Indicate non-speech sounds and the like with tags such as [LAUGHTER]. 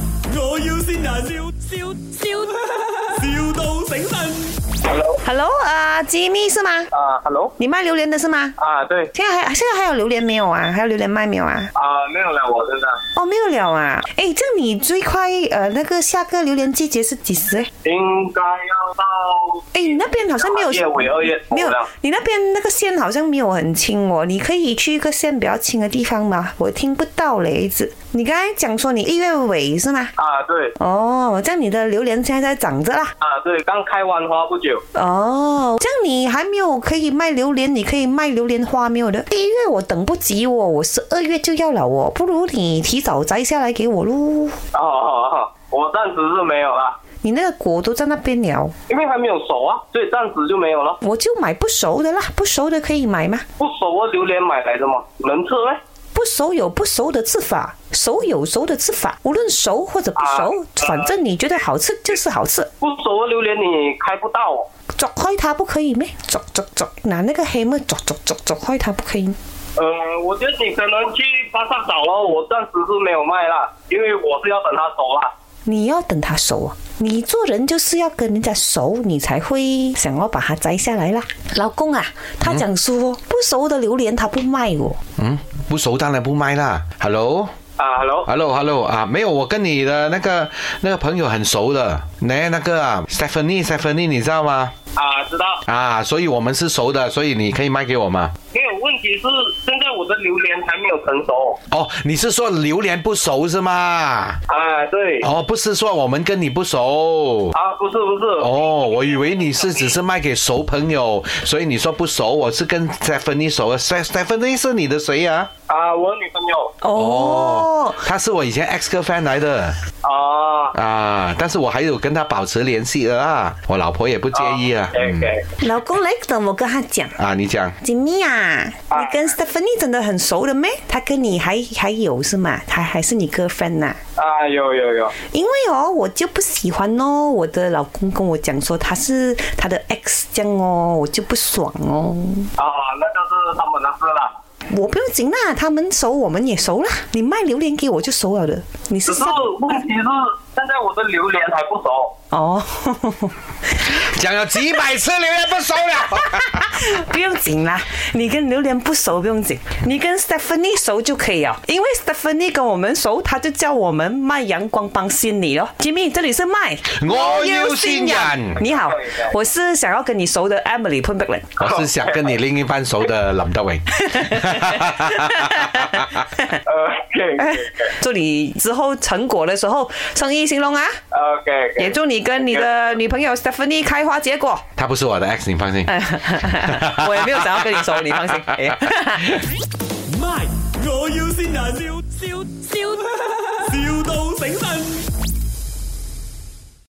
要先人，笑笑笑，, [LAUGHS] 笑到醒神。 Hello， Hello，啊、吉米是吗？啊、h e l l o 你卖榴莲的是吗？啊，对，现在还现在还有榴莲没有啊？还有榴莲卖没有啊？啊、没有了，我身上哦，没有了啊。哎，这样你最快呃那个下个榴莲季节是几时？应该要到哎，你那边好像没有一月尾二月头没有了，你那边那个线好像没有很清哦。你可以去一个线比较清的地方嘛，我听不到嘞一直。你刚才讲说你一月尾是吗？啊，对，哦，这样你的榴莲现在在长着啦。啊，对，刚开完花不久，哦，这样你还没有可以卖榴莲，你可以卖榴莲花没有的？一月我等不及哦，我十二月就要了哦，不如你提早摘下来给我喽。哦哦哦，我暂时是没有啦，你那个果都在那边了，因为还没有熟啊，所以暂时就没有了。我就买不熟的啦，不熟的可以买吗？不熟啊，榴莲买来的嘛，能吃吗？不熟有不熟的吃法，熟有熟的吃法，无论熟或者不熟，啊反正你觉得好吃就是好吃。不熟啊，榴莲你开不到、哦。凿开它不可以咩？凿凿凿，拿那个黑木凿凿凿凿开它不可以咩？呃，我觉得你可能去巴萨找咯，我暂时是没有卖啦，因为我是要等它熟啦。你要等它熟啊！你做人就是要跟人家熟，你才会想要把它摘下来啦。老公啊，他讲说、不熟的榴莲他不卖我。嗯，不熟当然不卖啦。Hello，Hello，Hello 啊，hello，啊，没有，我跟你的那个那个朋友很熟的，那那个啊，Stephanie，Stephanie，你知道吗？啊，知道。啊，所以我们是熟的，所以你可以卖给我吗？没有问题是，现在我的榴莲还没有成熟。哦，你是说榴莲不熟是吗？啊，对。哦，不是说我们跟你不熟。啊，不是不是。哦，我以为你是只是卖给熟朋友，所以你说不熟，我是跟 Stephanie 熟的。Ste- Stephanie 是你的谁呀、啊，我女朋友。哦，她是我以前 ex girlfriend 来的啊。啊，但是我还有跟她保持联系的啊，我老婆也不介意 OK 啊。嗯 OK。老公来等我跟他讲。啊，你讲吉米啊，你跟 Stephanie 真的很熟的咩？他跟你还还有是吗？他还是你 girlfriend 呐、啊，有有有。因为哦，我就不喜欢哦，我的老公跟我讲说他是他的 ex 这样哦，我就不爽哦。啊，那就是他们的事了。我不用紧啦，他们熟我们也熟啦。你卖榴莲给我就熟了的，你是只是下问题是，现在我的榴莲还不熟。哦， [LAUGHS] 讲了几百次榴莲不熟了。不用紧啦，你跟榴莲不熟不用紧，你跟 Stephanie 熟就可以了，因为 Stephanie 跟我们熟，他就叫我们卖阳光帮仙女咯。Jimmy，这里是卖，我要新人你好，我是想要跟你熟的 Emily p u n b e [LAUGHS] c k l a n [LAUGHS] 我是想跟你另一半熟的林德荣。呃，OK OK 祝你之后成果的时候生意兴隆啊！ OK。也祝你跟你的女朋友 Stephanie 开花结果。她不是我的 ex，你放心。我也没有想要跟你熟，你放心。哎 [LAUGHS] 卖，我要先人，笑笑笑，,笑到醒神。